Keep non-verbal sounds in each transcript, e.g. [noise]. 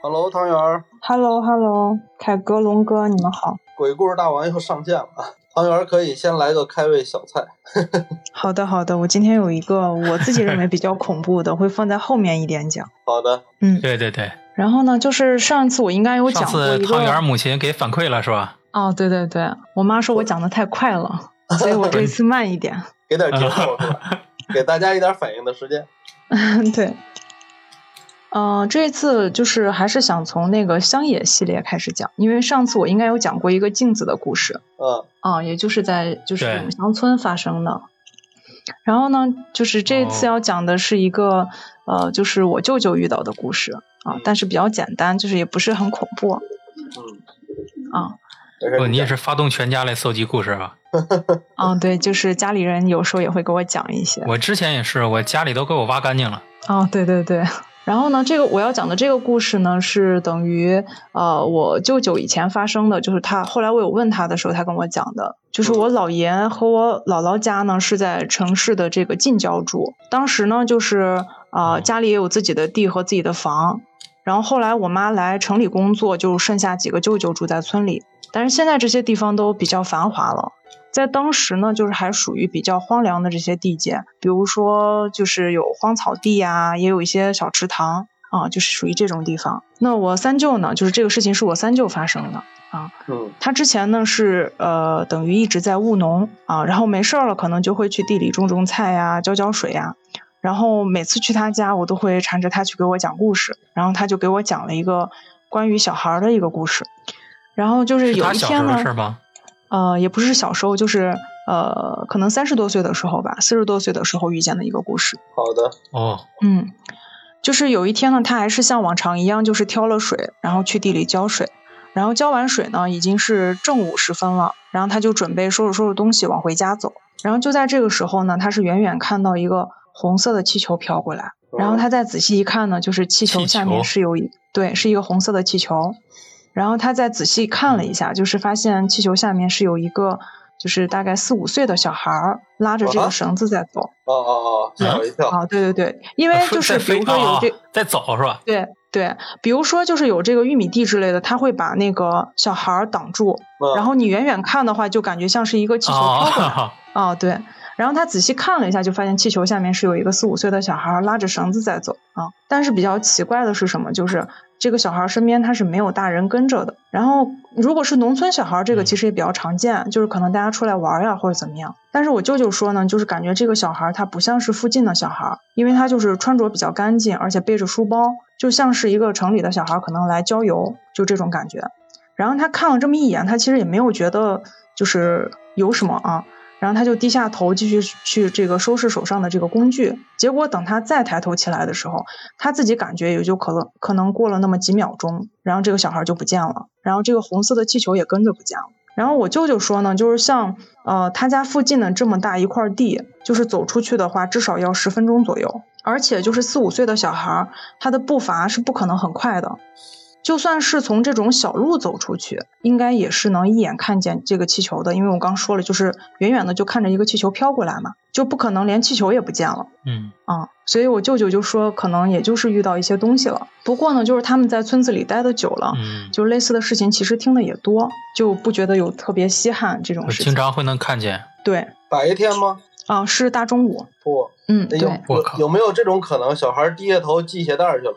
Hello，汤圆儿， Hello，Hello，凯哥、龙哥，你们好。鬼故事大王又上线了。啊汤圆儿可以先来个开胃小菜。好的，好的，我今天有一个我自己认为比较恐怖的，会放在后面一点讲。好的，嗯，对对对， [laughs] 然后呢，就是上一次我应该有上讲过次一汤圆个儿母亲给反馈了是吧？哦，对对对，我妈说我讲的太快了，所以我这次慢一点。 [laughs] 给点节奏是 [laughs] 吧？给大家一点反应的时间。对，嗯、这一次就是还是想从那个乡野系列开始讲，因为上次我应该有讲过一个镜子的故事。嗯，啊，也就是在就是对我们乡村发生的。然后呢，就是这次哦要讲的是一个、呃，就是我舅舅遇到的故事啊嗯，但是比较简单，就是也不是很恐怖啊没不，事哦你也是发动全家来搜集故事啊！啊，对，就是家里人有时候也会给我讲一些我之前也是，我家里都给我挖干净了。啊，对对对。然后呢，这个我要讲的这个故事呢，是等于呃，我舅舅以前发生的，就是他后来我有问他的时候，他跟我讲的，就是嗯我姥爷和我姥姥家呢是在城市的这个近郊住，当时呢就是呃哦家里也有自己的地和自己的房，然后后来我妈来城里工作，就剩下几个舅舅住在村里，但是现在这些地方都比较繁华了。在当时呢，就是还属于比较荒凉的这些地界，比如说就是有荒草地呀、也有一些小池塘啊，就是属于这种地方。那我三舅呢，就是这个事情是我三舅发生的，嗯他之前呢是呃等于一直在务农啊，然后没事儿了可能就会去地里种种菜呀、浇浇水呀。然后每次去他家，我都会缠着他去给我讲故事，然后他就给我讲了一个关于小孩儿的一个故事。然后就是是有他一小时天候呢，的事儿吗？呃，也不是小时候，就是呃，可能三十多岁的时候吧，四十多岁的时候遇见的一个故事。好的，哦，嗯，就是有一天呢，他还是像往常一样，就是挑了水，然后去地里浇水，然后浇完水呢，已经是正午时分了，然后他就准备收拾收拾东西往回家走。然后就在这个时候呢，他是远远看到一个红色的气球飘过来，哦嗯然后他再仔细一看呢，就是气球气下面球是有一对，是一个红色的气球。然后他再仔细看了一下，就是发现气球下面是有一个，就是大概四五岁的小孩儿拉着这啊个绳子在走。哦哦哦，吓我一跳。啊，对对对，因为就是在比飞如说有这，哦在走是吧？对对，比如说就是有这个玉米地之类的，它会把那个小孩儿挡住，嗯然后你远远看的话，就感觉像是一个气球飘 [laughs] 过来。哦，啊，对。然后他仔细看了一下，就发现气球下面是有一个四五岁的小孩儿拉着绳子在走啊。但是比较奇怪的是什么？就是这个小孩儿身边他是没有大人跟着的。然后如果是农村小孩儿，这个其实也比较常见，就是可能大家出来玩儿呀或者怎么样。但是我舅舅说呢，就是感觉这个小孩儿他不像是附近的小孩儿，因为他就是穿着比较干净，而且背着书包，就像是一个城里的小孩儿可能来郊游，就这种感觉。然后他看了这么一眼，他其实也没有觉得就是有什么啊，然后他就低下头继续去这个收拾手上的这个工具。结果等他再抬头起来的时候，他自己感觉也就可能可能过了那么几秒钟，然后这个小孩就不见了，然后这个红色的气球也跟着不见了。然后我舅舅说呢，就是像呃他家附近的这么大一块地，就是走出去的话，至少要十分钟左右，而且就是四五岁的小孩儿，他的步伐是不可能很快的。就算是从这种小路走出去，应该也是能一眼看见这个气球的，因为我刚说了，就是远远的就看着一个气球飘过来嘛，就不可能连气球也不见了。 [laughs] 嗯，啊，所以我舅舅就说，可能也就是遇到一些东西了。不过呢，就是他们在村子里待的久了，嗯，就类似的事情其实听的也多，就不觉得有特别稀罕这种我事经情。常会能看见。对，白天吗？啊，是大中午，不，嗯，那有对，我有靠有没有这种可能？小孩低下头系鞋带儿去了？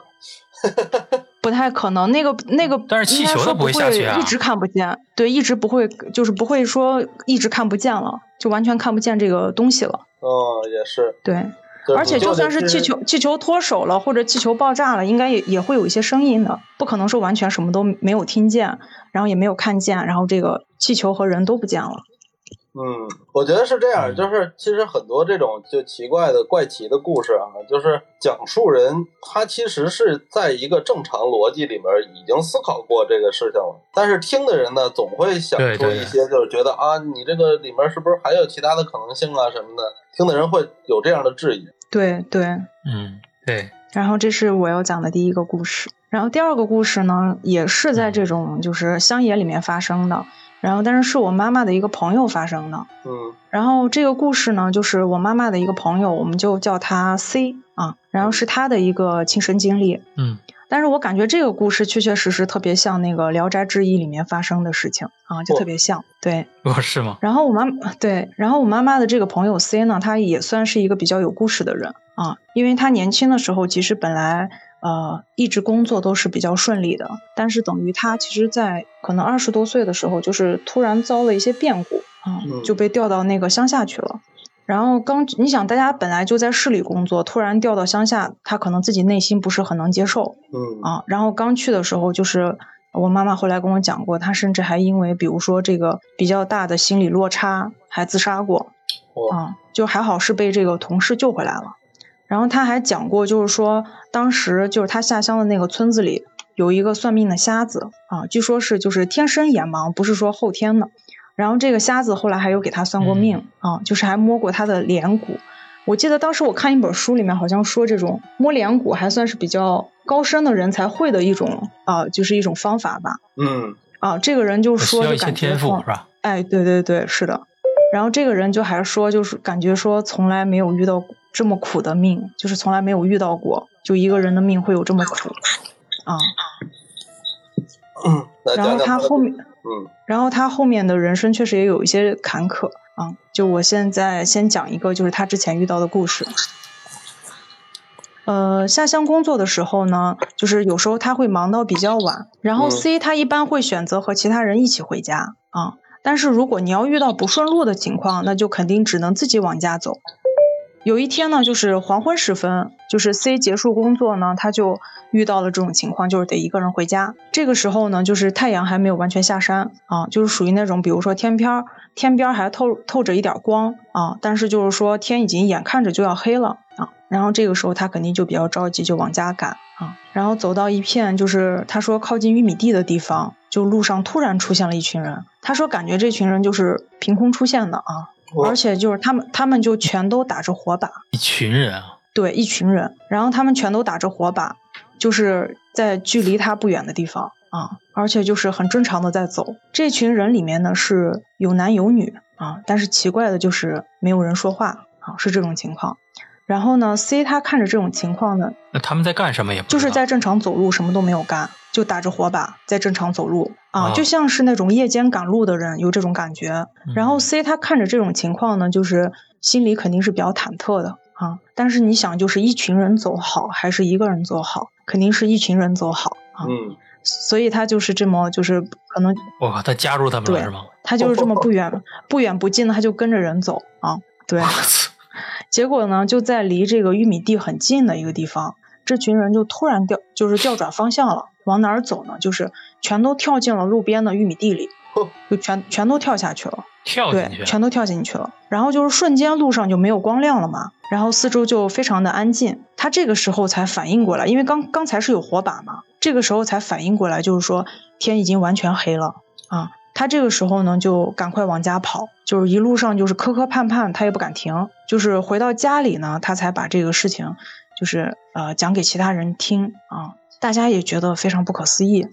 不太可能。那个那个，但是气应该球它说不不会下去啊一直看不见。对，一直不会，就是不会说一直看不见了，就完全看不见这个东西了。哦，也是。对，对而且你舅就舅算是其实气球气球脱手了或者气球爆炸了，应该也也会有一些声音的，不可能说完全什么都没有听见，然后也没有看见，然后这个气球和人都不见了。嗯，我觉得是这样，嗯就是其实很多这种就奇怪的怪奇的故事啊，就是讲述人他其实是在一个正常逻辑里面已经思考过这个事情了，但是听的人呢，总会想对出对一些就是觉得啊，你这个里面是不是还有其他的可能性啊什么的，听的人会有这样的质疑。对对，嗯，对，然后这是我要讲的第一个故事。然后第二个故事呢，也是在这种就是乡野里面发生的，然后但是是我妈妈的一个朋友发生的。嗯然后这个故事呢，就是我妈妈的一个朋友，我们就叫他 C 啊，然后是他的一个亲身经历。嗯，但是我感觉这个故事确确实实特别像那个《聊斋志异》里面发生的事情啊，就特别像。对，哦，是吗？然后我妈对，然后我妈妈的这个朋友 C 呢，她也算是一个比较有故事的人啊，因为她年轻的时候其实本来呃一直工作都是比较顺利的，但是等于她其实在可能二十多岁的时候，就是突然遭了一些变故啊嗯，就被调到那个乡下去了。然后刚你想，大家本来就在市里工作，突然调到乡下，她可能自己内心不是很能接受，嗯啊，然后刚去的时候就是。我妈妈后来跟我讲过，她甚至还因为比如说这个比较大的心理落差，还自杀过哇啊。就还好是被这个同事救回来了。然后她还讲过，就是说当时就是她下乡的那个村子里有一个算命的瞎子啊，据说是就是天生眼盲，不是说后天的。然后这个瞎子后来还有给她算过命、嗯啊，就是还摸过她的脸骨，我记得当时我看一本书里面好像说，这种摸脸骨还算是比较高深的人才会的一种啊、就是一种方法吧。嗯啊，这个人就需说要就一些感觉天赋嗯是吧？哎，对对对，是的。然后这个人就还说，就是感觉说从来没有遇到这么苦的命，就是从来没有遇到过，就一个人的命会有这么苦啊。嗯，来讲然后讲他的后面，嗯然后他后面的人生确实也有一些坎坷啊。就我现在先讲一个，就是他之前遇到的故事。呃，下乡工作的时候呢，就是有时候他会忙到比较晚，然后嗯 C 他一般会选择和其他人一起回家啊。但是如果你要遇到不顺路的情况，那就肯定只能自己往家走。有一天呢，就是黄昏时分，就是 C 结束工作呢，他就遇到了这种情况，就是得一个人回家。这个时候呢，就是太阳还没有完全下山啊，就是属于那种，比如说天边儿，天边儿还透透着一点光啊，但是就是说天已经眼看着就要黑了啊。然后这个时候他肯定就比较着急，就往家赶啊。然后走到一片就是他说靠近玉米地的地方，就路上突然出现了一群人。他说感觉这群人就是凭空出现的啊，哇而且就是他们他们就全都打着火把，一群人啊，对，一群人，然后他们全都打着火把，就是在距离他不远的地方啊，而且就是很正常的在走。这群人里面呢是有男有女啊，但是奇怪的就是没有人说话啊，是这种情况。然后呢，C 他看着这种情况呢，那他们在干什么也不知就道是在正常走路，什么都没有干，就打着火把在正常走路啊，啊就像是那种夜间赶路的人有这种感觉。然后嗯 C 他看着这种情况呢，就是心里肯定是比较忐忑的啊。但是你想，就是一群人走好还是一个人走好，肯定是一群人走好啊。嗯所以他就是这么，就是可能哇，他加入他们了对是吗？ [laughs] 他就是这么不远不远不近的，他就跟着人走啊。对，结果呢，就在离这个玉米地很近的一个地方，这群人就突然调，就是调转方向了，往哪儿走呢？就是全都跳进了路边的玉米地里呵，就全全都跳下去了。跳进去对，，全都跳进去了。然后就是瞬间路上就没有光亮了嘛，然后四周就非常的安静。他这个时候才反应过来，因为刚刚才是有火把嘛，这个时候才反应过来，就是说天已经完全黑了啊。他这个时候呢，就赶快往家跑，就是一路上就是磕磕绊绊，他也不敢停。就是回到家里呢，他才把这个事情，就是呃讲给其他人听啊。大家也觉得非常不可思议，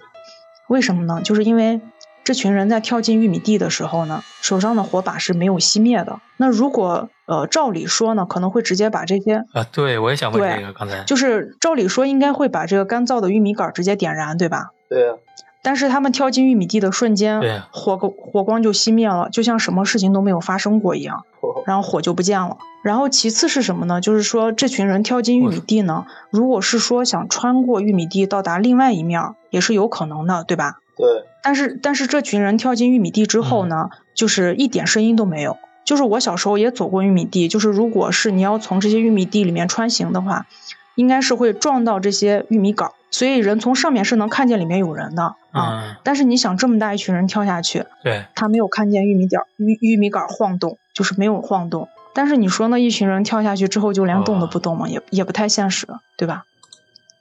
为什么呢？就是因为这群人在跳进玉米地的时候呢，手上的火把是没有熄灭的。那如果呃照理说呢，可能会直接把这些，啊，对我也想问对这个，刚才就是照理说应该会把这个干燥的玉米杆儿直接点燃，对吧？对啊呀但是他们跳进玉米地的瞬对间呀，火光火光就熄灭了，就像什么事情都没有发生过一样，哦然后火就不见了。然后其次是什么呢？就是说这群人跳进玉米地呢，如果是说想穿过玉米地到达另外一面儿，也是有可能的，对吧？对但是但是这群人跳进玉米地之后呢，就是一点声音都没有。就是我小时候也走过玉米地，就是如果是你要从这些玉米地里面穿行的话，应该是会撞到这些玉米杆儿，所以人从上面是能看见里面有人的啊。嗯，但是你想，这么大一群人跳下去，对，他没有看见玉米点儿玉玉米杆儿晃动，就是没有晃动。但是你说那一群人跳下去之后就连动都不动嘛，也也不太现实，对吧？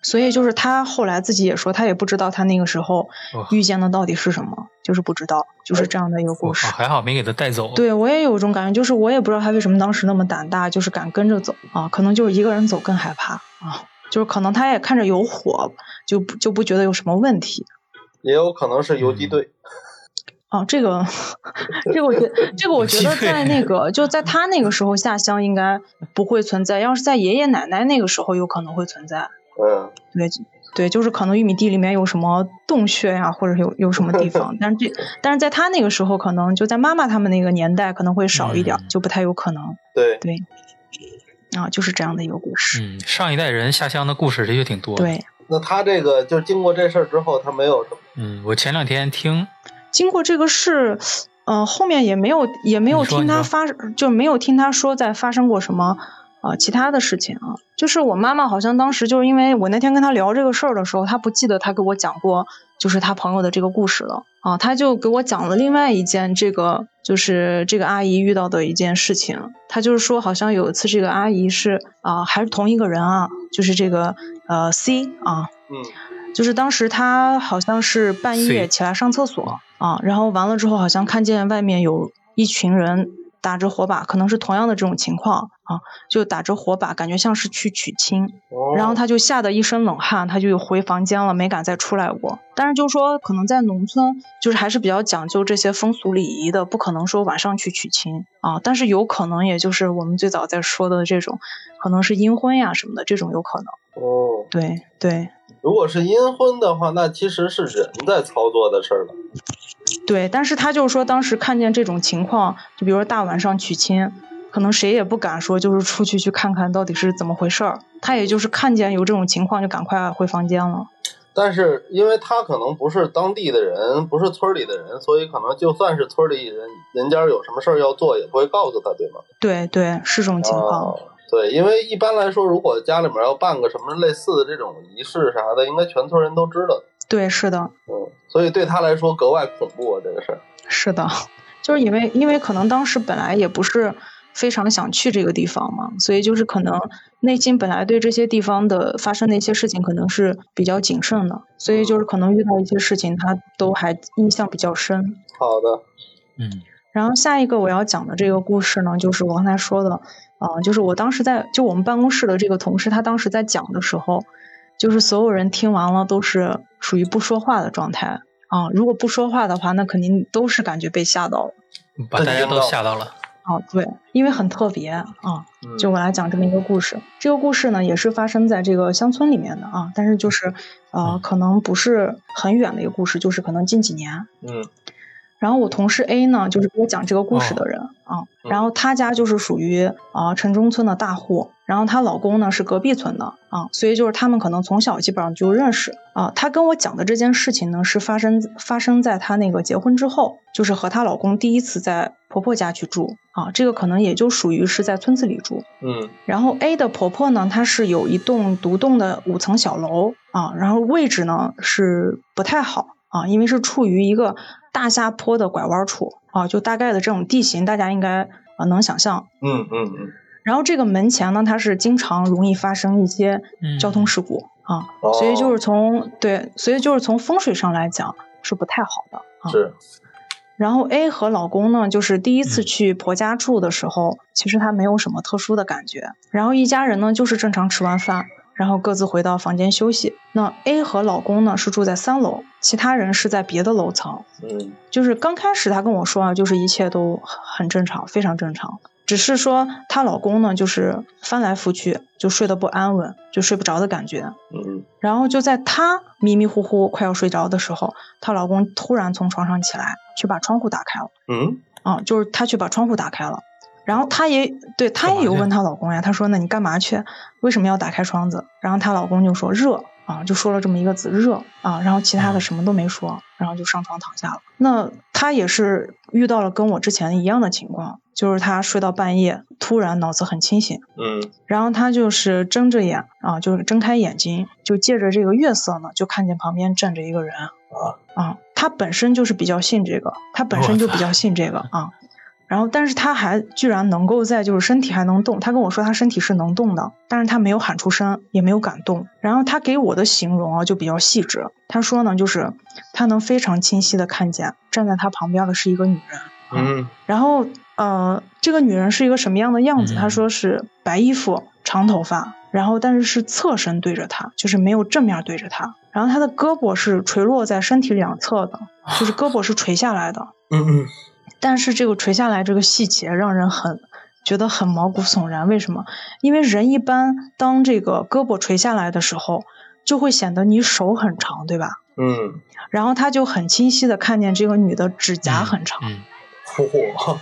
所以就是他后来自己也说，他也不知道他那个时候哇遇见的到底是什么，就是不知道，就是这样的一个我故事靠，。哦还好没给他带走。对我也有一种感觉，就是我也不知道他为什么当时那么胆大，就是敢跟着走啊，可能就是一个人走更害怕啊，就是可能他也看着有火，就不就不觉得有什么问题。也有可能是游嗯击队，哦，这个， [laughs] 这个我觉得，这个我觉得在那个就在他那个时候下乡应该不会存在，要是在爷爷奶奶那个时候有可能会存在。嗯对对，就是可能玉米地里面有什么洞穴呀、或者有有什么地方，但是这但是在他那个时候，可能就在妈妈他们那个年代，可能会少一点儿，嗯就不太有可能。对，对，啊，就是这样的一个故事。嗯，上一代人下乡的故事的确挺多的。，对，那他这个就是经过这事儿之后，他没有什么嗯，我前两天听，经过这个事，呃，后面也没有也没有你说听你他说发，就没有听他说再发生过什么啊、呃其他的事情啊。就是我妈妈好像当时就是因为我那天跟她聊这个事儿的时候，她不记得她给我讲过就是她朋友的这个故事了啊，她就给我讲了另外一件这个就是这个阿姨遇到的一件事情。她就是说好像有一次这个阿姨是啊、还是同一个人啊，就是这个呃 C 啊，嗯就是当时他好像是半夜是起来上厕所啊，然后完了之后好像看见外面有一群人打着火把，可能是同样的这种情况啊，就打着火把，感觉像是去取亲，哦，然后他就吓得一身冷汗，他就回房间了，没敢再出来过。但是就说可能在农村，就是还是比较讲究这些风俗礼仪的，不可能说晚上去娶亲啊。但是有可能也就是我们最早在说的这种，可能是阴婚呀什么的，这种有可能。哦，对对。如果是阴婚的话，那其实是人在操作的事儿了。对，但是他就是说，当时看见这种情况，就比如说大晚上娶亲，可能谁也不敢说，就是出去去看看到底是怎么回事儿。他也就是看见有这种情况，就赶快回房间了。但是因为他可能不是当地的人，不是村里的人，所以可能就算是村里人人家有什么事儿要做，也不会告诉他，对吗？对对，是这种情况。哦对，因为一般来说，如果家里面要办个什么类似的这种仪式啥的，应该全村人都知道。对，是的，嗯，所以对他来说格外恐怖啊，这个事儿。是的， [laughs] 就是因为因为可能当时本来也不是非常想去这个地方嘛，所以就是可能内心本来对这些地方的发生的一些事情可能是比较谨慎的，所以就是可能遇到一些事情，他都还印象比较深。好的，嗯然后下一个我要讲的这个故事呢，就是我刚才说的，呃，就是我当时在就我们办公室的这个同事，他当时在讲的时候，就是所有人听完了都是属于不说话的状态啊、如果不说话的话，那肯定都是感觉被吓到了把大家都吓到了。啊、对，因为很特别啊、嗯，就我来讲这么一个故事。这个故事呢，也是发生在这个乡村里面的啊，但是就是呃，嗯可能不是很远的一个故事，就是可能近几年。嗯然后我同事 A 呢，就是给我讲这个故事的人、啊，嗯然后他家就是属于啊、城中村的大户，然后她老公呢是隔壁村的啊，所以就是他们可能从小基本上就认识啊。她跟我讲的这件事情呢，是发生发生在她那个结婚之后，就是和她老公第一次在婆婆家去住啊，这个可能也就属于是在村子里住。嗯然后 A 的婆婆呢，她是有一栋独栋的五层小楼啊，然后位置呢是不太好啊，因为是处于一个大下坡的拐弯处啊，就大概的这种地形，大家应该呃能想象。嗯嗯嗯，然后这个门前呢，它是经常容易发生一些嗯交通事故、啊，哦所以就是从对，所以就是从风水上来讲是不太好的啊。是，然后 A 和老公呢，就是第一次嗯去婆家住的时候，其实他没有什么特殊的感觉。然后一家人呢，就是正常吃完饭，然后各自回到房间休息。那 A 和老公呢是住在三楼，其他人是在别的楼层。嗯就是刚开始她跟我说啊，就是一切都很正常，非常正常。只是说她老公呢，就是翻来覆去就睡得不安稳，就睡不着的感觉。嗯然后就在她迷迷糊糊快要睡着的时候，她老公突然从床上起来，去把窗户打开了。嗯，啊，就是她去把窗户打开了，然后她也对她干嘛也有去问她老公呀，她说那你干嘛去？为什么要打开窗子？然后她老公就说热啊，就说了这么一个字热啊，然后其他的嗯什么都没说，然后就上床躺下了。那她也是遇到了跟我之前一样的情况，就是她睡到半夜突然脑子很清醒，嗯然后她就是睁着眼啊，就是睁开眼睛，就借着这个月色呢，就看见旁边站着一个人啊啊，她本身就是比较信这个，她本身就比较信这个啊。然后，但是她还居然能够在就是身体还能动，她跟我说她身体是能动的，但是她没有喊出声，也没有敢动。然后她给我的形容啊就比较细致，她说呢就是她能非常清晰的看见站在她旁边的是一个女人，嗯然后呃，这个女人是一个什么样的样子？嗯她说是白衣服、长头发，然后但是是侧身对着她，就是没有正面对着她。然后她的胳膊是垂落在身体两侧的，就是胳膊是垂下来的。嗯嗯，但是这个垂下来这个细节让人很觉得很毛骨悚然。为什么？因为人一般当这个胳膊垂下来的时候，就会显得你手很长，对吧？嗯，然后他就很清晰的看见这个女的指甲很长，嗯，嚯，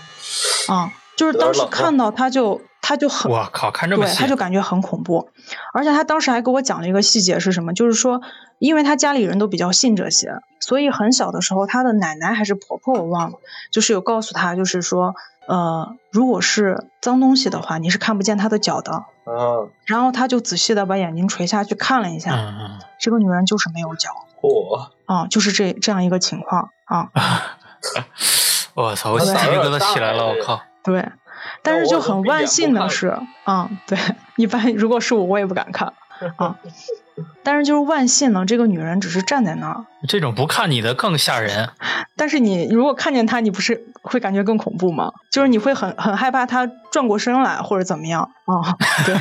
啊、就是当时看到他就他就很我靠，看这么对，细，啊他就感觉很恐怖，而且他当时还给我讲了一个细节是什么，就是说，因为他家里人都比较信这些，所以很小的时候，他的奶奶还是婆婆，我忘了，就是有告诉他，就是说，呃，如果是脏东西的话，你是看不见他的脚的。嗯，然后他就仔细的把眼睛垂下去看了一下，嗯嗯这个女人就是没有脚嚯，啊，就是这这样一个情况啊，我操，我对鸡皮疙瘩起来了，对我靠，对。但是就很万幸的是，啊、对，一般如果是我，我也不敢 [laughs] 看啊。但是就是万幸呢，这个女人只是站在那儿，这种不看你的更吓人，但是你如果看见他，你不是会感觉更恐怖吗？就是你会很很害怕他转过身来或者怎么样啊？ [laughs] 对。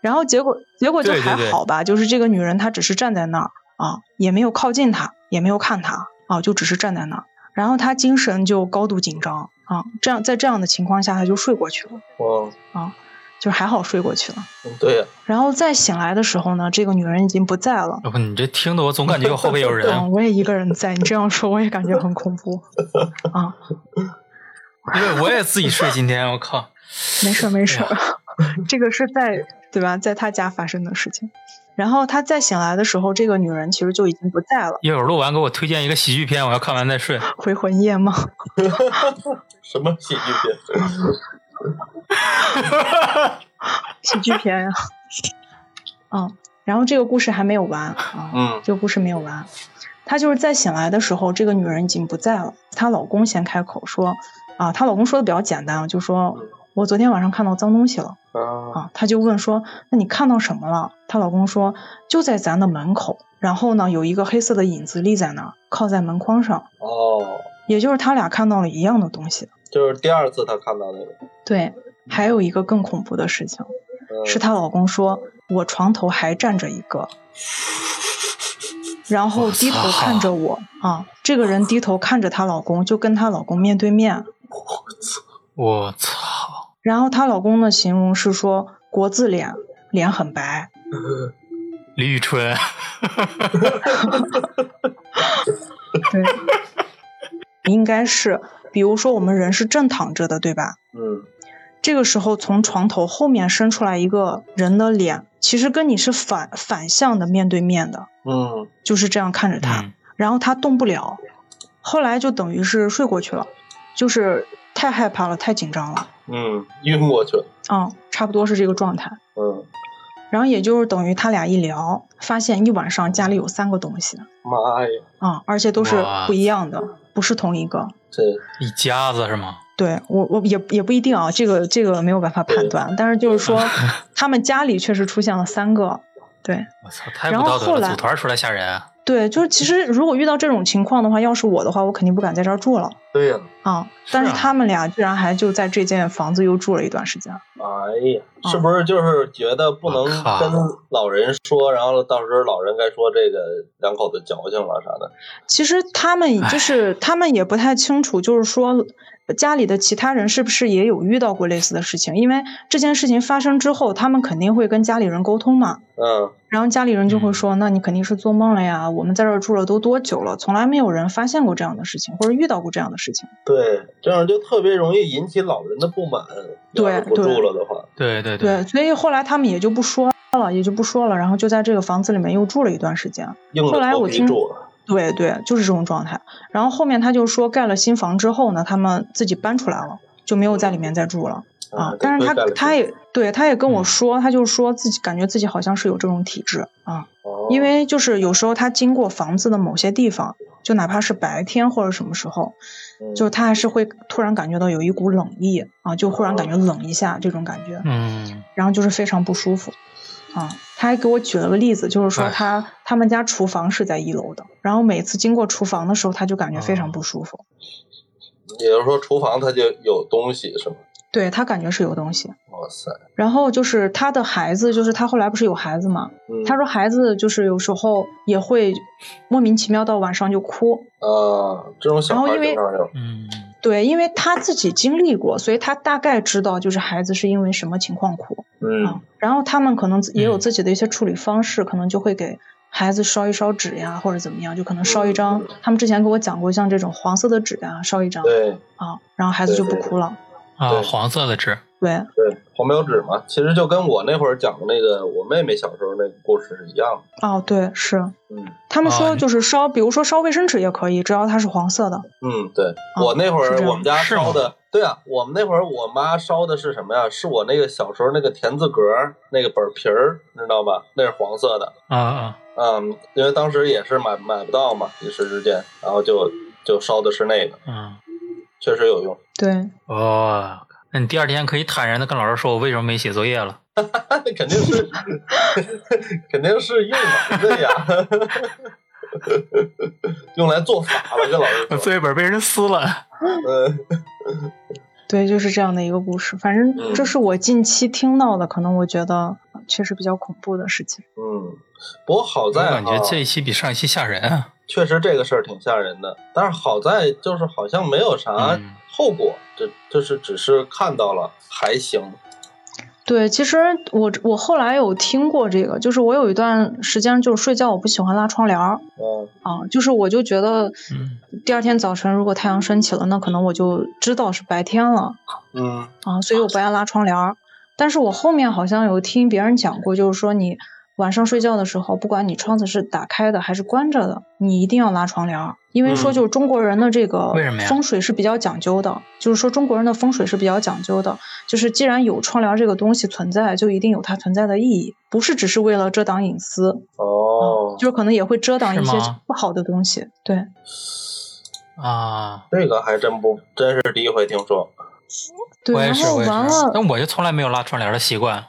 然后结果结果就对对还对好吧，就是这个女人她只是站在那儿啊，也没有靠近他，也没有看他啊，就只是站在那儿。然后她精神就高度紧张啊，这样在这样的情况下，她就睡过去了，嗯，就还好睡过去了。对呀，然后再醒来的时候呢，这个女人已经不在了。我靠，你这听的我总感觉我后边 [laughs] 有嗯，人，我也一个人在。你这样说，我也感觉很恐怖。啊，因为我也自己睡今天，我靠，没事儿没事儿， [laughs] 这个是在对吧，在他家发生的事情。然后他再醒来的时候，这个女人其实就已经不在了，一会儿录完给我推荐一个喜剧片，我要看完再睡。回魂夜吗？什么喜剧片？ [laughs] 喜剧片呀、 [laughs] 嗯，然后这个故事还没有完啊。嗯这个故事没有完。她就是在醒来的时候，这个女人已经不在了。她老公先开口说：“啊，她老公说的比较简单，啊，就说我昨天晚上看到脏东西了。”啊，啊，她就问说：“那你看到什么了？”她老公说：“就在咱的门口，然后呢，有一个黑色的影子立在那儿，靠在门框上，哦，也就是他俩看到了一样的东西。就是第二次他看到那个，”对，还有一个更恐怖的事情嗯是，她老公说：“我床头还站着一个。”然后低头看着我啊，这个人低头看着她老公，就跟她老公面对面。我操，然后她老公的形容是说国字脸，脸很白，李宇春，对， [laughs] 应该是，比如说我们人是正躺着的，对吧？嗯，这个时候从床头后面伸出来一个人的脸，其实跟你是反反向的面对面的，嗯，就是这样看着他，嗯然后他动不了，后来就等于是睡过去了，就是太害怕了，太紧张了，嗯，晕过去了，嗯，差不多是这个状态。嗯，然后也就是等于他俩一聊，发现一晚上家里有三个东西妈呀，啊、而且都是哇不一样的，不是同一个。这 [laughs] 一家子是吗？对我，我也也不一定啊，这个这个没有办法判断，但是就是说，他们家里确实出现了三个，对我操，太然不后道德后了，来组团出来吓人啊！对，就是其实如果遇到这种情况的话，要是我的话，我肯定不敢在这儿住了对呀，啊。但是是啊他们俩居然还就在这间房子又住了一段时间，哎呀，是嗯不是就是觉得不能我靠跟老人说，然后到时候老人该说这个两口子矫情了啥的？其实他们就是他们也不太清楚，就是说家里的其他人是不是也有遇到过类似的事情？因为这件事情发生之后，他们肯定会跟家里人沟通嘛。嗯然后家里人就会说：“那你肯定是做梦了呀！我们在这儿住了都多久了，从来没有人发现过这样的事情，或者遇到过这样的事情。，对，这样就特别容易引起老人的不满。对要是不住了的话，对对”对，所以后来他们也就不说了，也就不说了，然后就在这个房子里面又住了一段时间。硬后着来头我皮听住 [laughs] 啊了。对对，就是这种状态。然后后面他就说，盖了新房之后呢，他们自己搬出来了，就没有在里面再住了哦啊。但是他他也对他也跟我嗯说，他就说自己感觉自己好像是有这种体质啊。因为为就是有时候他经过房子的某些地方，就哪怕是白天或者什么时候，嗯就他还是会突然感觉到有一股冷意啊，就忽然感觉冷一下这种感觉，嗯，然后就是非常不舒服啊。他还给我举了个例子，就是说哎他他们家厨房是在一楼的，然后每次经过厨房的时候，他就感觉非常不舒服，也就是说，厨房它就有东西是吗？对他感觉是有东西。哇塞，然后就是他的孩子，就是他后来不是有孩子嘛？嗯他说孩子就是有时候也会莫名其妙到晚上就哭，啊，这种小然后孩因为经常有，嗯，对，因为他自己经历过，所以他大概知道就是孩子是因为什么情况哭啊嗯。然后他们可能也有自己的一些处理方式，可能就会给孩子烧一烧纸呀，或者怎么样，就可能烧一张。他们之前给我讲过，像这种黄色的纸呀，烧一张对啊，然后孩子就不哭了。啊，对黄色的纸，对对，黄标纸嘛，其实就跟我那会儿讲的那个我妹妹小时候那个故事是一样的。哦，对，是嗯他们啊说你就是烧，比如说烧卫生纸也可以，只要它是黄色的。嗯，对哦我那会是这儿样我们家是吗烧的，对啊，我们那会儿我妈烧的是什么呀？是我那个小时候那个田字格儿那个本儿皮儿，你知道吧？那是黄色的。啊啊，嗯，因为当时也是买买不到嘛，一时之间，然后就就烧的是那个，嗯，确实有用。 [laughs] 对，哦，那你第二天可以坦然的跟老师说，我为什么没写作业了？肯定是， [laughs] 肯定是用来的呀， [laughs] 用来做法了，跟老 [laughs] 师说。作业本被人撕了。嗯对，就是这样的一个故事。反正嗯这是我近期听到的，可能我觉得呃确实比较恐怖的事情。嗯，不过好我在感觉啊这一期比上一期吓人啊。确实这个事儿挺吓人的，但是好在就是好像没有啥嗯后果，这就是只是看到了还行。对，其实我我后来有听过这个，就是我有一段时间就是睡觉我不喜欢拉窗帘儿嗯啊，就是我就觉得嗯第二天早晨如果太阳升起了，那可能我就知道是白天了嗯啊，所以我不爱拉窗帘儿。但是我后面好像有听别人讲过，就是说你晚上睡觉的时候，不管你窗子是打开的还是关着的，你一定要拉窗帘儿，因为说嗯就是中国人的这个为什么呀风水是比较讲究的，就是说中国人的风水是比较讲究的，就是既然有窗帘这个东西存在，就一定有它存在的意义，不是只是为了遮挡隐私，哦，就是可能也会遮挡一些是吗不好的东西。对，啊，这个还真不真是第一回听说。对，我也然是，后我也完是，了，但我就从来没有拉窗帘的习惯。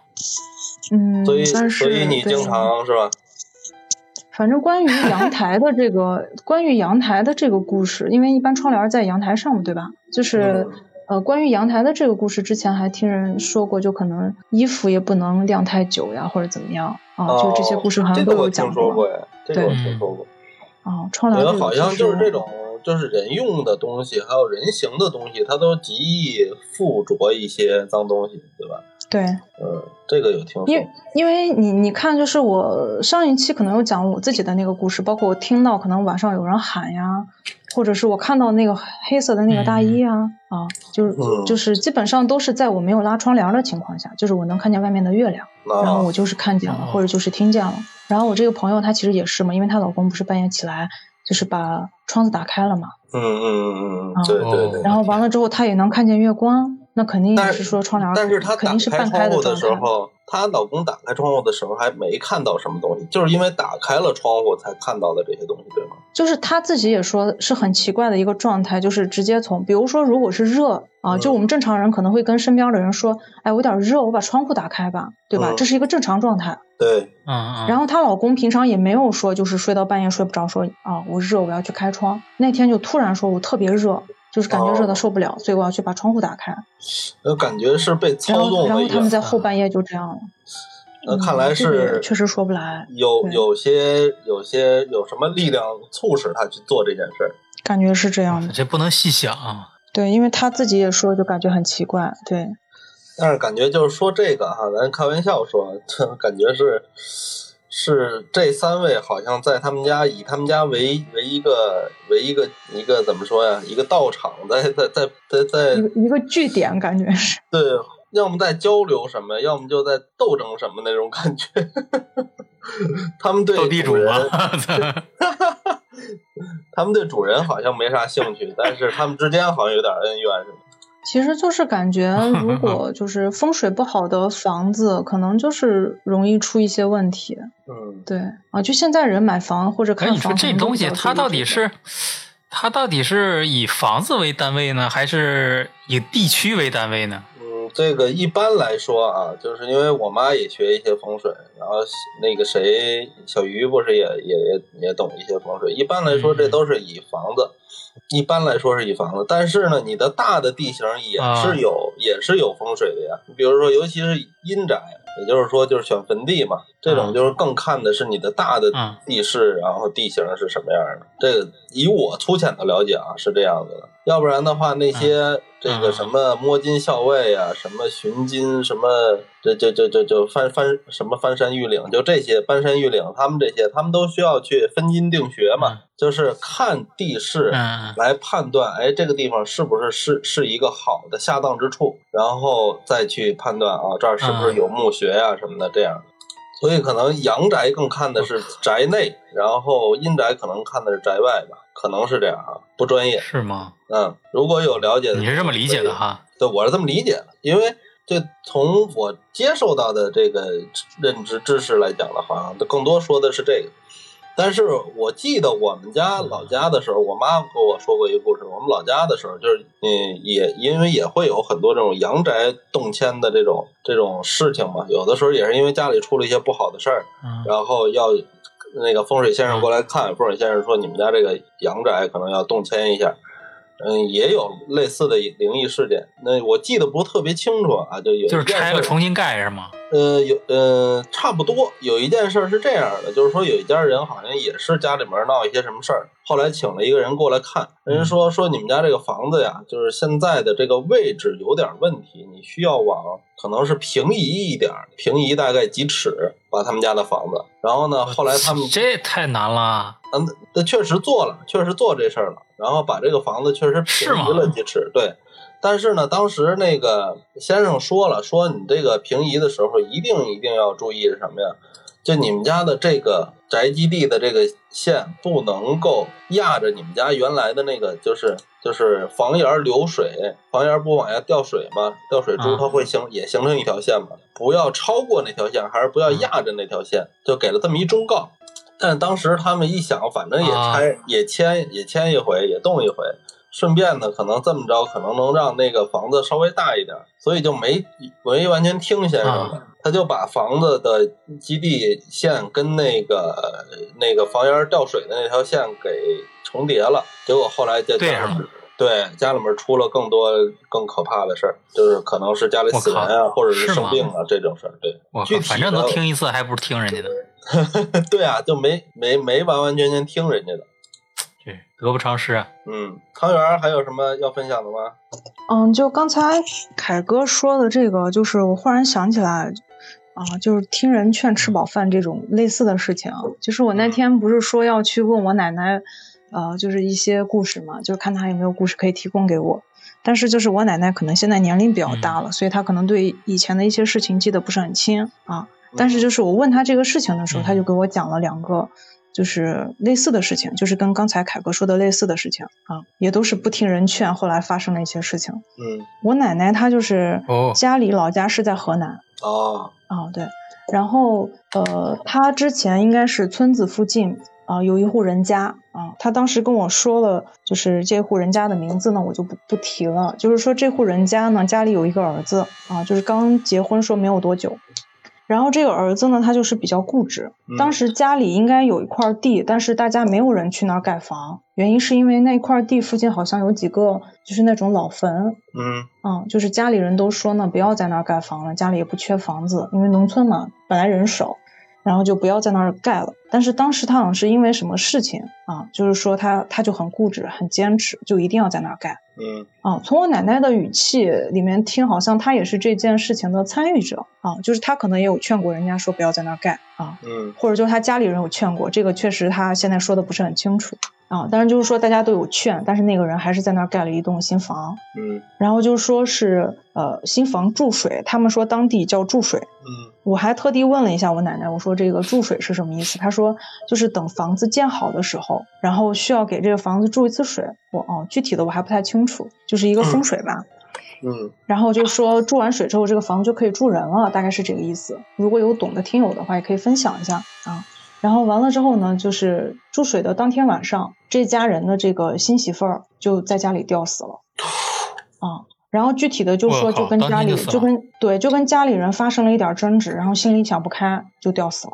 嗯，所以但是所以你对经常是吧？反正关于阳台的这个，关于阳台的这个故事，因为一般窗帘在阳台上嘛，对吧？就是嗯、呃，关于阳台的这个故事，之前还听人说过，就可能衣服也不能晾太久呀，或者怎么样啊，就这些故事好像哦这都个有我讲听说过呀，这个我对听说过。啊。窗我觉帘得这个好像其就是实这种，就是人用的东西，还有人形的东西，它都极易附着一些脏东西，对吧？对，嗯，这个有听说。因为因为你你看，就是我上一期可能有讲我自己的那个故事，包括我听到可能晚上有人喊呀，或者是我看到那个黑色的那个大衣啊、啊，就是、嗯就是基本上都是在我没有拉窗帘的情况下，就是我能看见外面的月亮，然后那我就是看见了，哦或者就是听见了。然后我这个朋友她其实也是嘛，因为她老公不是半夜起来就是把窗子打开了嘛，嗯嗯嗯嗯啊嗯，对对对。哦然后完了之后她也能看见月光，那肯定也但是说窗帘但是她肯打定是开半窗的户状的态。时候，她老公打开窗户的时候还没看到什么东西，就是因为打开了窗户才看到的这些东西，对吗？就是他自己也说是很奇怪的一个状态，就是直接从，比如说如果是热啊，嗯就我们正常人可能会跟身边的人说，哎，我有点热，我把窗户打开吧，对吧？嗯这是一个正常状态。对，嗯嗯。然后她老公平常也没有说，就是睡到半夜睡不着，说啊我热，我要去开窗。那天就突然说我特别热，就是感觉热的哦受不了，所以我要去把窗户打开。我呃感觉是被然操后纵然了后一他们样。在后半夜就这样了。那嗯看来这个也是确实说不来，有对有些有些有什么力量促使她去做这件事儿。感觉是这样的。这不能细想啊。对，因为她自己也说，就感觉很奇怪。对，但是感觉就是说这个哈，咱开玩笑说，感觉是是这三位好像在他们家以他们家为为一个为一个一个怎么说呀，一个道场，在在在在在一个一个据点，感觉是。对，要么在交流什么，要么就在斗争什么那种感觉。 [laughs] 他们对斗地主啊人吗？ [laughs] 他们对主人好像没啥兴趣，但是他们之间好像有点恩怨似的。 [laughs] 其实就是感觉， [laughs] 如果就是风水不好的房子，可能就是容易出一些问题。嗯，对啊，就现在人买房或者哎，看你说房，这可能都东比西较它注意到这底个是它到底是以房子为单位呢，还是以地区为单位呢？嗯，这个一般来说啊，就是因为我妈也学一些风水，然后那个谁小鱼不是也也也也懂一些风水。一般来说，嗯这都是以房子，一般来说是以房子，但是呢，你的大的地形也啊是有、也是有风水的呀。你比如说，尤其是阴宅，也就是说就是选坟地嘛。这种嗯就是更看的是你的大的嗯地势，然后地形是什么样的。这个以我粗浅的了解啊，是这样子的。要不然的话，啊那些这个什么摸金校尉啊，什么巡金，什么这这这这这翻翻什么翻山越岭，就这些搬山越岭，他们这些他们都需要去分金定穴嘛，嗯就是看地势。嗯来判断，哎，这个地方是不是是是一个好的下葬之处，然后再去判断啊，这儿是嗯不是有墓穴啊什么的这样。所以可能阳宅更看的是嗯宅内，然后阴宅可能看的是宅外吧，可能是这样啊，不专业。是吗？嗯，如果有了解的，你是这么理解的？哈？对，我是这么理解的，因为这从我接受到的这个认知知识来讲的话，啊更多说的是这个。但是我记得我们家老家的时候，我妈跟我说过一个故事。我们老家的时候，就是嗯，也因为也会有很多这种阳宅动迁的这种这种事情嘛。有的时候也是因为家里出了一些不好的事儿，嗯然后要那个风水先生过来看，风水先生说你们家这个阳宅可能要动迁一下。嗯，也有类似的灵异事件，那我记得不是特别清楚啊，就有一就是件拆事了儿重新盖是吗？呃，有呃，差不多。有一件事儿是这样的，就是说有一家人好像也是家里面闹一些什么事儿，后来请了一个人过来看，人说说你们家这个房子呀，就是现在的这个位置有点问题，你需要往可能是平移一点儿，平移大概几尺，把他们家的房子。然后呢，后来他们这也太难了，嗯，那确实做了，确实做这事儿了，然后把这个房子确实是平吗移了几尺，对。但是呢，当时那个先生说了，说你这个平移的时候，一定一定要注意什么呀？就你们家的这个宅基地的这个线不能够压着你们家原来的那个，就是就是房檐儿流水，房檐儿不往下掉水吗？掉水珠啊它会形、也形成一条线嘛，不要超过那条线，还是不要嗯压着那条线，就给了这么一忠告。但是当时他们一想，反正也啊拆、也迁也迁一回，也动一回，顺便呢，可能这么着可能能让那个房子稍微大一点，所以就没没完全听先啊生的，他就把房子的基地线跟那个那个房檐掉水的那条线给重叠了，结果后来就对家啊里面对家里面出了更多更可怕的事儿，就是可能是家里我死人靠啊，或者是生吗病啊这种事儿，对。 [laughs] 我具靠，体反正能的听一次，还不如听人家的，对啊，就没没没完完全全听人家的。对，得不偿失啊。嗯，汤圆儿还有什么要分享的吗？嗯，就刚才凯哥说的这个，就是我忽然想起来，啊，就是听人劝吃饱饭这种类似的事情啊。就是我那天不是说要去问我奶奶，呃，就是一些故事嘛，就是看她有没有故事可以提供给我。但是就是我奶奶可能现在年龄比较大了，所以她可能对以前的一些事情记得不是很清啊。但是就是我问她这个事情的时候，她就给我讲了两个。就是类似的事情，就是跟刚才凯哥说的类似的事情啊，也都是不听人劝，后来发生了一些事情。嗯，我奶奶她就是哦家里老家是在河南哦，啊、对。然后呃，她之前应该是村子附近啊、有一户人家啊、她当时跟我说了，就是这户人家的名字呢，我就不不提了。就是说这户人家呢，家里有一个儿子啊、就是刚结婚说没有多久。然后这个儿子呢，他就是比较固执。嗯当时家里应该有一块地，但是大家没有人去那儿盖房，原因是因为那块地附近好像有几个就是那种老坟，嗯嗯，就是家里人都说呢，不要在那儿盖房了，家里也不缺房子，因为农村嘛，本来人少，然后就不要在那儿盖了。但是当时他好像是因为什么事情啊，就是说他他就很固执，很坚持，就一定要在那儿盖。嗯啊，从我奶奶的语气里面听，好像她也是这件事情的参与者啊，就是她可能也有劝过人家说不要在那儿盖啊，嗯或者就是他家里人有劝过，这个确实他现在说的不是很清楚啊。但是就是说大家都有劝，但是那个人还是在那儿盖了一栋新房，嗯然后就说是呃新房注水，他们说当地叫注水。嗯我还特地问了一下我奶奶，我说这个注水是什么意思？她说就是等房子建好的时候，然后需要给这个房子注一次水。我哦，具体的我还不太清楚，就是一个风水吧。嗯然后就说注完水之后，这个房子就可以住人了，大概是这个意思。如果有懂的听友的话，也可以分享一下啊。然后完了之后呢，就是注水的当天晚上，这家人的这个新媳妇儿就在家里吊 [laughs] 死了啊。然后具体的就我说，靠就跟当家天里就死了就跟对，就跟家里人发生了一点争执，然后心里想不开就吊死了。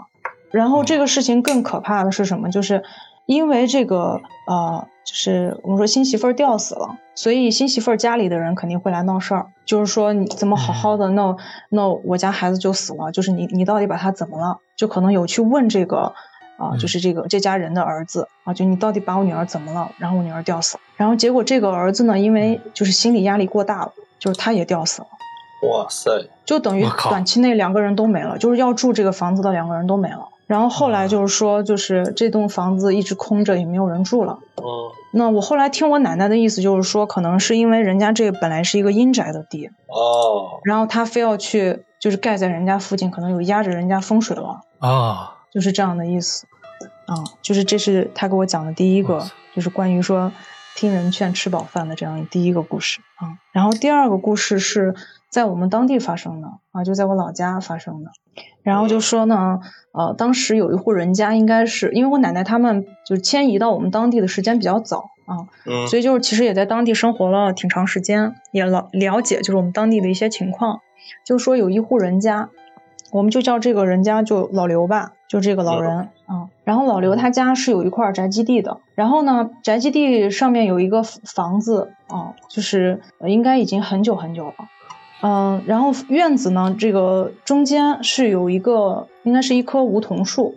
然后这个事情更可怕的是什么？就是因为这个呃，就是我们说新媳妇儿吊死了，所以新媳妇儿家里的人肯定会来闹事儿，就是说你怎么好好的，那那我家孩子就死了，就是你你到底把他怎么了？就可能有去问这个啊、嗯就是这个这家人的儿子啊，就你到底把我女儿怎么了？然后我女儿吊死了，然后结果这个儿子呢，因为就是心理压力过大了，就是他也吊死了。哇塞，就等于我靠短期内两个人都没了，就是要住这个房子的两个人都没了。然后后来就是说，就是这栋房子一直空着，也没有人住了。嗯，那我后来听我奶奶的意思，就是说，可能是因为人家这本来是一个阴宅的地，哦，然后他非要去就是盖在人家附近，可能有压着人家风水了，哦，就是这样的意思。啊、就是这是他给我讲的第一哇个塞，就是关于说听人劝吃饱饭的这样第一个故事啊、然后第二个故事是在我们当地发生的啊，就在我老家发生的。然后就说呢，呃，当时有一户人家，应该是因为我奶奶他们就是迁移到我们当地的时间比较早啊，嗯，所以就是其实也在当地生活了挺长时间，也了了解就是我们当地的一些情况。就说有一户人家，我们就叫这个人家就老刘吧，就这个老人啊、然后老刘他家是有一块宅基地的，然后呢，宅基地上面有一个房子啊、就是呃应该已经很久很久了。嗯，然后院子呢，这个中间是有一个，应该是一棵梧桐树，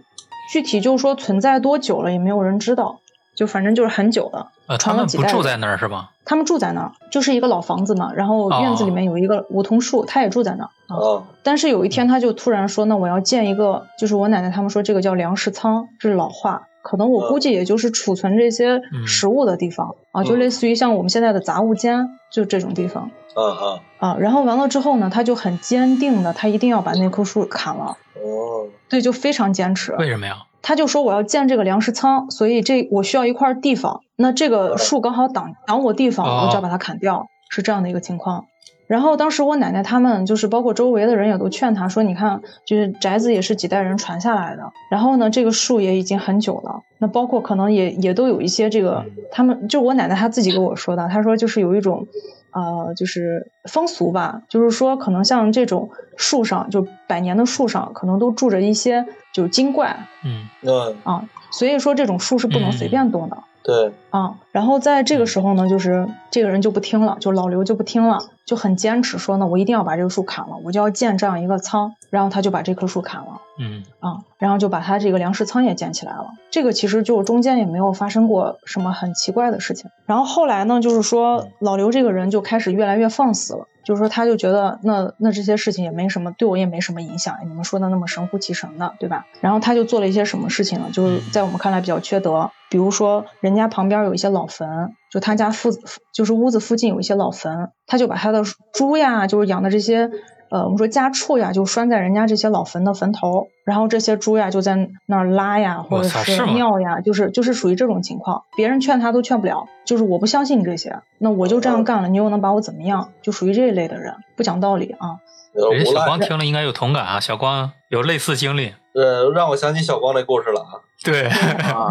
具体就是说存在多久了也没有人知道，就反正就是很久了。呃，他传了们几不代住人在那儿是吧？他们住在那儿，就是一个老房子嘛，然后院子里面有一个梧桐树，他也住在那儿啊、哦，但是有一天，他就突然说：“那我要建一个，就是我奶奶他们说这个叫粮食仓，这是老话，可能我估计也就是储存这些食物的地方、啊，就类似于像我们现在的杂物间，就这种地方嗯嗯，啊。”然后完了之后呢，他就很坚定的，他一定要把那棵树砍了，哦，对，就非常坚持。为什么呀？他就说我要建这个粮食仓，所以这我需要一块地方，那这个树刚好挡挡我地哦方，我就要把它砍掉，是这样的一个情况。然后当时我奶奶他们就是包括周围的人也都劝他说，你看，就是宅子也是几代人传下来的，然后呢，这个树也已经很久了，那包括可能也也都有一些这个他们就我奶奶她自己跟我说的，她说就是有一种呃，就是风俗吧，就是说可能像这种树上就百年的树上，可能都住着一些就是精怪，嗯，嗯，啊，所以说这种树是不能随便动的、对，啊。然后在这个时候呢，就是这个人就不听了，就老刘就不听了，就很坚持说呢，我一定要把这个树砍了，我就要建这样一个仓。然后他就把这棵树砍了嗯，啊，然后就把他这个粮食仓也建起来了。这个其实就中间也没有发生过什么很奇怪的事情。然后后来呢，就是说老刘这个人就开始越来越放肆了。就是说，他就觉得那那这些事情也没什么，对我也没什么影响。你们说的那么神乎其神的，对吧？然后他就做了一些什么事情呢？就是在我们看来比较缺德，比如说人家旁边有一些老坟，就他家附就是屋子附近有一些老坟，他就把他的猪呀，就是养的这些呃我们说家畜呀，就拴在人家这些老坟的坟头，然后这些猪呀就在那儿拉呀，或者我操是是吗尿呀，就是就是属于这种情况，别人劝他都劝不了，就是我不相信你这些，那我就这哦样干了，你又能把我怎么样？就属于这一类的人，不讲道理啊。有人点家呃无赖哎小光，听了应该有同感啊，小光有类似经历。呃，让我想起小光那故事了啊。对，啊，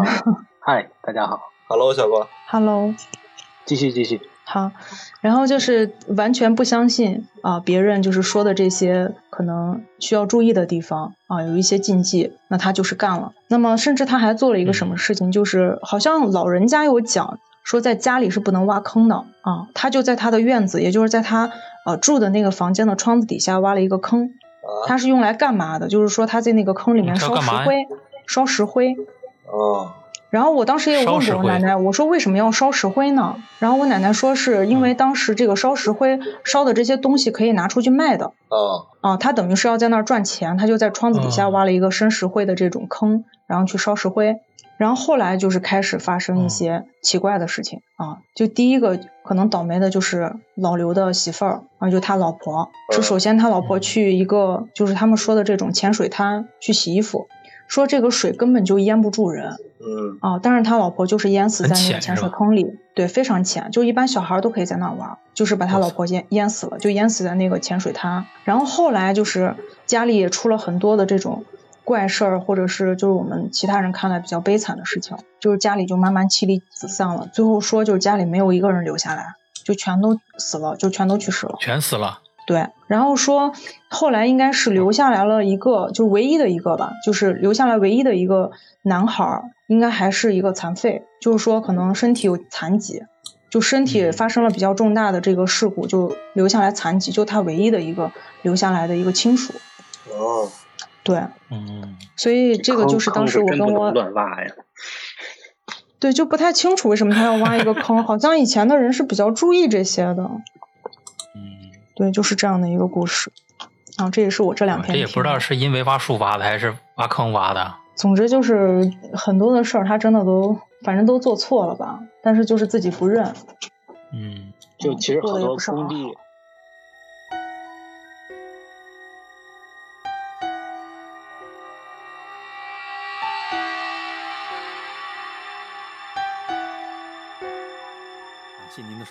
嗨，大家好， Hello，小光， Hello，继续继续。好，然后就是完全不相信啊、别人就是说的这些可能需要注意的地方啊、有一些禁忌，那他就是干了。那么甚至他还做了一个嗯什么事情，就是好像老人家有讲说在家里是不能挖坑的啊，他就在他的院子，也就是在他呃住的那个房间的窗子底下挖了一个坑，啊，他是用来干嘛的？就是说他在那个坑里面嗯他要烧干石嘛呀灰，烧石灰。嗯，然后我当时也有烧问石过我灰奶奶，我说为什么要烧石灰呢？然后我奶奶说是因嗯为当时这个烧石灰烧的这些东西可以拿出去卖的啊，啊，她等于是要在那儿赚钱，她就在窗子底下哦挖了一个生石灰的这种坑，然后去烧石灰。然后后来就是开始发嗯生一些奇怪的事情啊，就第一个可能倒霉的就是老刘的媳妇儿啊，就他老婆，是嗯首先他老婆去一个就是他们说的这种浅水滩去洗衣服，说这个水根本就淹不住人，嗯，啊，但是他老婆就是淹死很在那浅个潜是水吧坑里，对，非常浅，就一般小孩儿都可以在那儿玩儿，就是把他老婆淹淹死了，就淹死在那个潜水滩。然后后来就是家里也出了很多的这种怪事儿，或者是就是我们其他人看来比较悲惨的事情，就是家里就慢慢妻离子散了，最后说就是家里没有一个人留下来，就全都死了，就全都去世了。全死了。对，然后说后来应该是留下来了一个，就是唯一的一个吧，就是留下来唯一的一个男孩儿，应该还是一个残废，就是说可能身体有残疾，就身体发生了比较重大的这个事故，就留下来残疾，就他唯一的一个留下来的一个亲属。哦，对，嗯，所以这个就是当时我坑跟坑是真不我能乱挖呀，对就不太清楚为什么他要挖一个坑，好像以前的人是比较注意这些的。嗯，对，就是这样的一个故事。啊，这也是我这两篇这也听不知道的是因为挖树挖的还是挖坑挖的。总之就是很多的事儿，他真的都反正都做错了吧，但是就是自己不认。嗯，就其实做好得也多不是工很地，感谢您的收